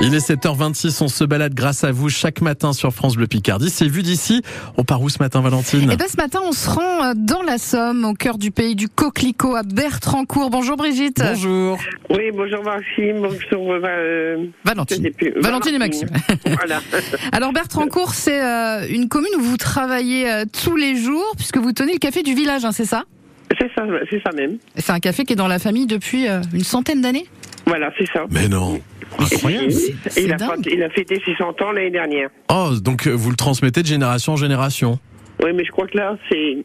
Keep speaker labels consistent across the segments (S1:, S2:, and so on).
S1: Il est 7h26, on se balade grâce à vous chaque matin sur France Bleu Picardie. C'est vu d'ici. On part où ce matin, Valentine
S2: Et ben ce matin, on se rend euh, dans la Somme, au cœur du pays du coquelicot, à Bertrancourt. Bonjour Brigitte.
S1: Bonjour.
S3: Oui, bonjour Maxime, bonjour euh, je
S2: Valentine.
S3: sais plus.
S2: Valentine et Maxime.
S3: Voilà.
S2: Alors Bertrancourt, c'est euh, une commune où vous travaillez euh, tous les jours, puisque vous tenez le café du village, hein, c'est ça
S3: C'est ça, c'est ça même.
S2: C'est un café qui est dans la famille depuis euh, une centaine d'années.
S3: Voilà, c'est ça.
S1: Mais non. Incroyable.
S3: Et
S2: C'est
S3: il, a
S2: dingue.
S3: fêté, il a fêté ses 100 ans l'année dernière.
S1: Oh, donc euh, vous le transmettez de génération en génération.
S3: Oui, mais je crois que là, c'est.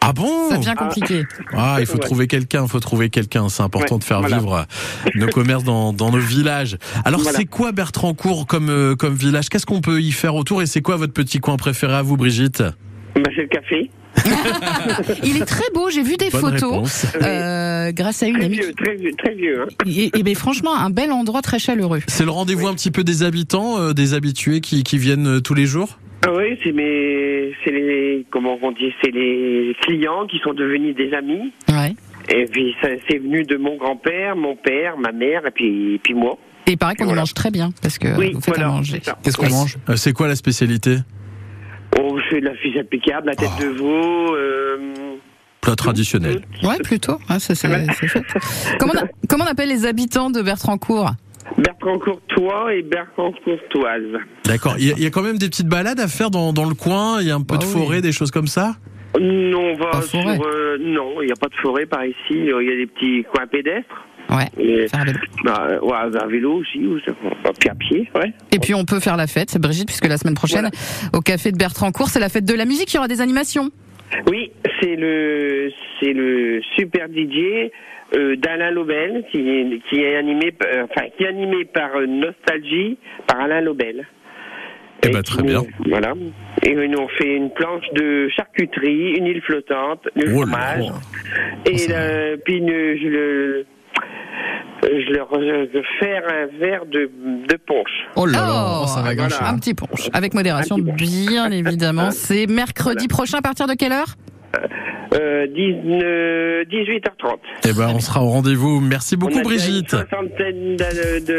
S1: Ah bon
S2: Ça devient compliqué.
S1: Ah, il faut
S3: Ouais.
S1: trouver quelqu'un, faut trouver quelqu'un. C'est important
S3: Ouais,
S1: de faire
S3: voilà.
S1: vivre euh, nos commerces dans, dans nos villages. Alors
S3: Voilà.
S1: c'est quoi Bertrancourt comme, euh, comme village Qu'est-ce qu'on peut y faire autour et c'est quoi votre petit coin préféré à vous, Brigitte
S3: Bah, c'est le café.
S2: Il est très beau, j'ai vu des
S1: Bonne
S2: photos.
S1: réponse.
S3: Oui.
S2: euh, grâce à une
S3: très
S2: amie.
S3: vieux, très vieux, très vieux. hein.
S2: Et, et ben franchement, un bel endroit très chaleureux.
S1: C'est le rendez-vous un petit peu des habitants, euh, des habitués qui, qui viennent euh, tous les jours
S3: Ah oui, c'est mes. C'est les. Comment on dit C'est les clients qui sont devenus des amis.
S2: Ouais.
S3: Et puis, ça, c'est venu de mon grand-père, mon père, ma mère, et puis, et puis moi.
S2: Et il paraît qu'on
S3: Voilà.
S2: y mange très bien, parce que
S3: Oui,
S2: vous faites à
S3: voilà.
S2: manger.
S3: c'est ça.
S4: Qu'est-ce qu'on mange
S1: Euh, C'est quoi la spécialité
S3: Oh, je fais de la fiche applicable, la tête
S1: Oh.
S3: de veau. euh,
S1: Plat traditionnel.
S2: Ouais, plutôt. hein, ça, c'est
S3: Ouais.
S2: c'est chouette. Comment on, a- comment on appelle les habitants de Bertrancourt
S3: Bertrand Courtois et Bertrand Courtoise.
S1: D'accord. Il y, a- il y a quand même des petites balades à faire dans, dans le coin. Il y a un peu
S2: Bah
S1: de
S2: oui.
S1: forêt, des choses comme ça.
S3: Non, on
S2: Pas
S3: va
S2: de forêt.
S3: sur. euh, non, il n'y a pas de forêt par ici. Euh, Il y a des petits coins pédestres.
S2: Ouais.
S3: Et,
S2: Faire la bête.
S3: bah, euh, ouais, à vélo aussi, ou ça- puis à pied, ouais.
S2: Et puis on peut faire la fête, c'est Brigitte, puisque la semaine prochaine, au café de Bertrancourt, c'est la fête de la musique, il y aura des animations.
S3: Oui, c'est le c'est le super DJ euh, d'Alain Lobel qui est, qui est animé p- euh, enfin qui est animé par euh, Nostalgie par Alain Lobel.
S1: Eh
S3: Et
S1: ben,
S3: qui
S1: très
S3: nous-
S1: bien.
S3: Voilà. Et ils nous ont fait une planche de charcuterie, une île flottante, le
S1: Oh là
S3: fromage.
S1: là.
S3: Et le- puis une- je, le- je leur je faire un verre de, de punch.
S4: Oh là là,
S2: Oh,
S4: oh, ça va
S3: voilà.
S4: grincher.
S2: Un petit punch, avec modération,
S3: Un petit
S2: bien évidemment. C'est mercredi prochain, à partir de quelle heure
S3: Euh, 19 18h30.
S1: Eh ben, on sera au rendez-vous. Merci beaucoup,
S3: On a déjà une
S1: Brigitte.
S3: soixantaine d'an- de